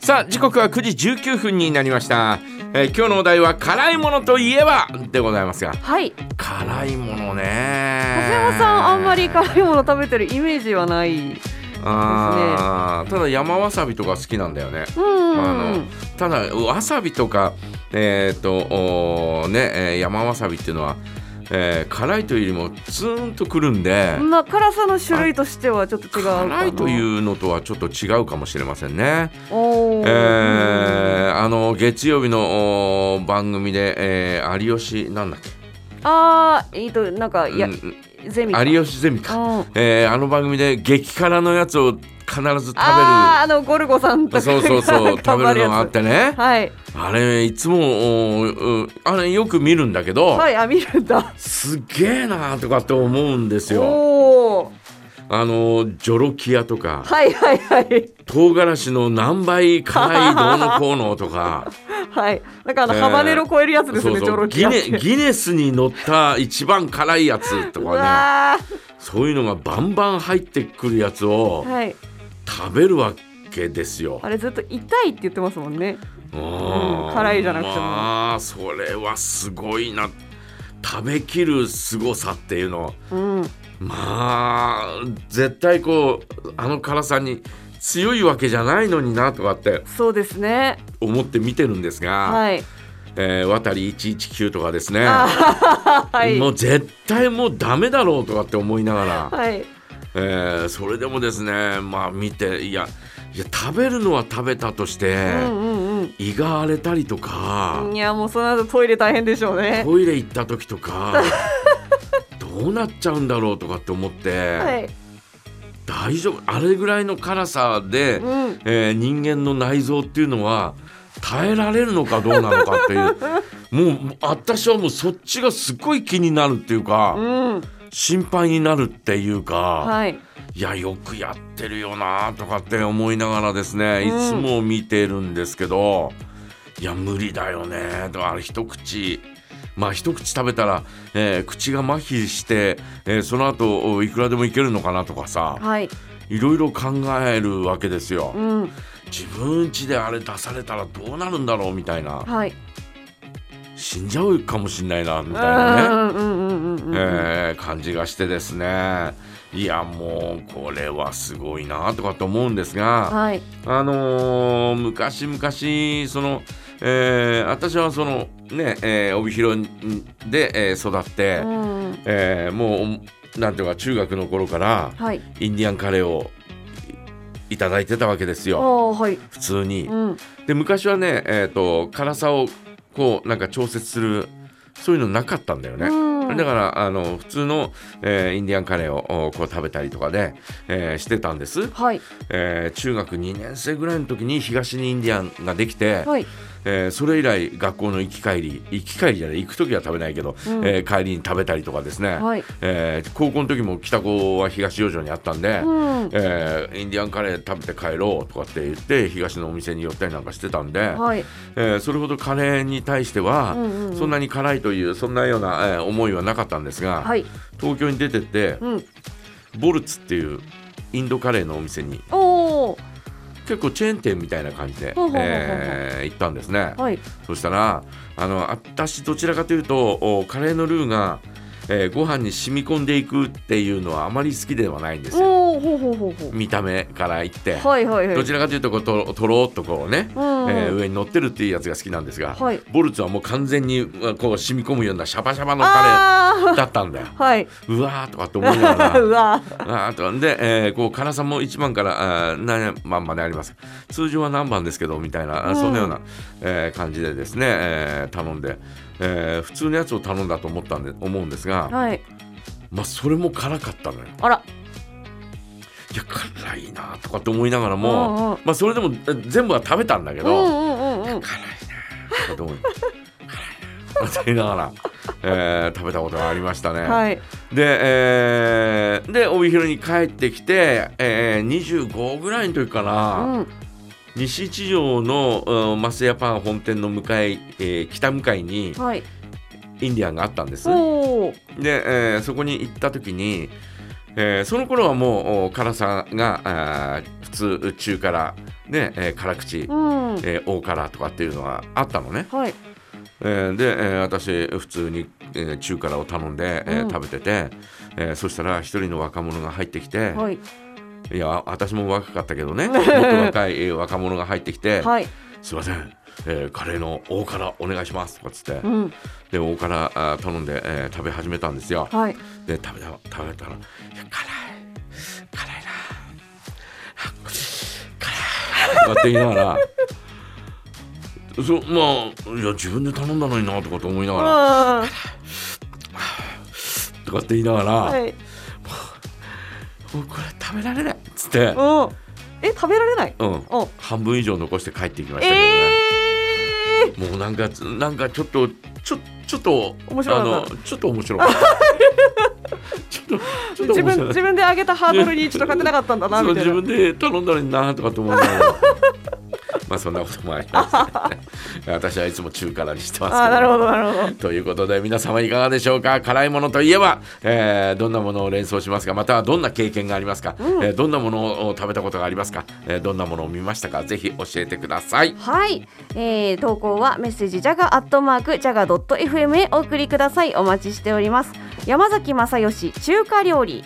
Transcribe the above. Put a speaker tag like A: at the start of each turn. A: さあ時刻は9時19分になりました、えー今日のお題は辛いものといえばでございますが
B: はい
A: 辛いものね
B: 長谷山さんあんまり辛いもの食べてるイメージはない
A: あーただ山わさびとか好きなんだよね
B: うんうん
A: あの
B: うん
A: ただわさびとかえっ、とおーね、えー山わさびっていうのは、えー辛いというよりもツーンとくるんで、
B: まあ辛さの種類としてはちょっと違うかな
A: 辛いというのとはちょっと違うかもしれませんね。
B: おー
A: えーあの月曜日のおー番組で、えー有吉なんだっけ、
B: あーえっとなんかや、
A: うん
B: ゼミ
A: 有吉ゼミか、
B: うん
A: えーあの番組で激辛のやつを必ず食べ
B: あーあのゴルゴさんと
A: る
B: か
A: そうそうそう食べるのがあってね
B: はい
A: あれいつもおーうあれよく見るんだけど、
B: はいあ見るんだ
A: すげえなーとかって思うんですよ
B: おお
A: あのジョロキアとか
B: はいはいはい
A: 唐辛子の何倍辛いどうのこうのと か
B: はいなんかあの、
A: えー
B: ハバネロ超えるやつです
A: そ
B: ね
A: う
B: ジョ
A: そう
B: ロ
A: ギ
B: キアって
A: ネギネスに乗った一番辛いやつと
B: う
A: かね
B: わ
A: そういうのがバンバン入ってくるやつ
B: ー
A: を
B: はい
A: 食べるわけですよ。
B: あれずっと痛いって言ってますもんね
A: うん
B: うん辛いじゃなくても
A: まあそれはすごいな食べきる凄さっていうの
B: うん
A: まあ絶対こうあの辛さに強いわけじゃないのになとかって
B: そうですね
A: 思って見てるんですが、
B: はい
A: えー渡り119とかですね、
B: あーはい
A: もう絶対もうダメだろうとかって思いながら、
B: はい
A: えーそれでもですねまあ見ていやいや食べるのは食べたとして、
B: うんうん
A: 胃が荒れたりと
B: う
A: か
B: ん、いやもうその後トイレ大変でしょうね
A: トイレ行った時と かどうなっちゃうんだろうとかって思って、
B: はい
A: 大丈夫あれぐらいの辛さで、
B: うん
A: えー人間の内臓っていうのは耐えられるのかどうなのかって いうもう私はもうそっちがすっごい気になるっていうか
B: うん
A: 心配になるっていうか、
B: はい
A: い、やよくやってるよなとかって思いながらですねい
B: うん
A: つも見てるんですけど、いや無理だよねとあれ一口まあ一口食べたら、えー口が麻痺して、えーその後おいくらでもいけるのかなとかさ
B: はい
A: いろいろ考えるわけですよ。
B: うん
A: 自分家であれ出されたらどうなるんだろうみたいな
B: はい
A: 死んじゃうかもしんないなみ
B: う
A: たいなね、
B: んうんうんうんうんうん
A: えー感じがしてですねいやもうこれはすごいなとかと思うんですが
B: はい
A: あのー昔々その、えー私はそのね、えー帯広で、えー育って、
B: うん
A: えーもうなんていうか中学の頃から
B: はい
A: インディアンカレーをいいただいてたわけです
B: あ
A: よ
B: あはい
A: 普通に。
B: うん
A: で昔はね、えー、と辛さをこうなんか調節するそういうのなかったんだよね。
B: うん
A: だからあの普通の、えーインディアンカレーをおこう食べたりとかで、えーしてたんです、
B: はい
A: えー中学2年生ぐらいの時に東にインディアンができて、
B: はい
A: えーそれ以来学校の行き帰り行き帰りじゃない行く時は食べないけど、
B: うん
A: えー帰りに食べたりとかですね、
B: はい
A: えー高校の時も北高は東洋城にあったんで、
B: うん
A: えーインディアンカレー食べて帰ろうとかって言って東のお店に寄ったりなんかしてたんで、
B: はい
A: えーそれほどカレーに対しては、
B: うんうんうん
A: そんなに辛いというそんなような、えー思いはなかったんですが、
B: はい
A: 東京に出てって
B: うん
A: ボルツっていうインドカレーのお店に
B: おお
A: 結構チェーン店みたいな感じで、
B: ほうほうほうほう
A: えー行ったんですね。
B: はい
A: そしたらあの私どちらかというとおカレーのルーが、えーご飯に染み込んでいくっていうのはあまり好きではないんですよ
B: おおほうほうほうほう
A: 見た目から言って。
B: はいはいはい
A: どちらかというとこうととろーっとこうね、
B: うん
A: えー上に乗ってるっていうやつが好きなんですが、
B: はい
A: ボルツはもう完全にうわこう染み込むようなシャバシャバのカレ
B: あ
A: ーだったんだよ。
B: あはい
A: うわーとかって思いながら
B: うわ
A: あーとで、えーこう辛さも1番からあー何番まであります通常は何番ですけどみたいな、あ
B: うん
A: そんなような、えー感じでですね、えー頼んで、えー普通のやつを頼んだと思ったんで思うんですが、
B: はい
A: まあ、それも辛かったのよ。
B: あら
A: いや辛いなーとかって思いながらも、
B: うんうん
A: まあ、それでもえ全部は食べたんだけ
B: う
A: ど、
B: んうんうんう
A: 辛いなー
B: ん
A: とかって思う辛いなーとかって言いながら、えー食べたことがありましたね。
B: はい
A: で、えーで帯広に帰ってきて、えー、25ぐらいの時か
B: う
A: な、
B: ん
A: 西一条の、うん、マスヤパン本店の向かい、えー北向かいに
B: はい
A: インディアンがあったんです、
B: おお
A: で、えーそこに行った時に、えーその頃はもうお辛さがあー普通中辛、ねえー辛口、
B: うん。はい。
A: えー大辛とかっていうのがあったのね、えーで、えー私普通に、えー中辛を頼んで、えー
B: うん
A: 食べてて、えーそしたら一人の若者が入ってきて、
B: はい。
A: い、や私も若かったけど ねもっと若い、えー若者が入ってきて「
B: はい。
A: すいません、えーカレーの大辛お願いします」とかっつって、
B: うん。
A: で大辛あー頼んで、えー食べ始めたんですよ。
B: はい。
A: で食べた食べたらいや辛い辛いなあ辛いとかって言いながら そまあいや自分で頼んだのになとかと思いながら
B: あ
A: とかって言いながら、
B: あ。はい。
A: もうこれ食べられないっつって、
B: うん。え、食べられない。
A: うん、
B: お。
A: 半分以上残して帰っていきましたけどね、
B: ええ
A: もうなんかなんかちょっとちょちょっと
B: 面白かった
A: あのちょっと面白か ったちょっとちょっと
B: 自
A: 面
B: 分
A: 白
B: 自
A: い
B: 分で上げたハードルにちょっと勝てなかったんだな
A: そう
B: みたい
A: 自
B: な。
A: 分で頼んだのになとかと思いなが らまあそんなこともあります、 ね、私はいつも中辛にしてますけど
B: ああ、なるほどなるほど。
A: ということで皆様いかがでしょうか辛いものといえば、えーどんなものを連想しますかまたはどんな経験がありますか、えーどんなものを食べたことがありますか、えーどんなものを見ましたかぜひ教えてください
B: はい、えー、投稿はメッセージジャガアットマークジャガドット FM へお送りくださいお待ちしております山崎正義中華料理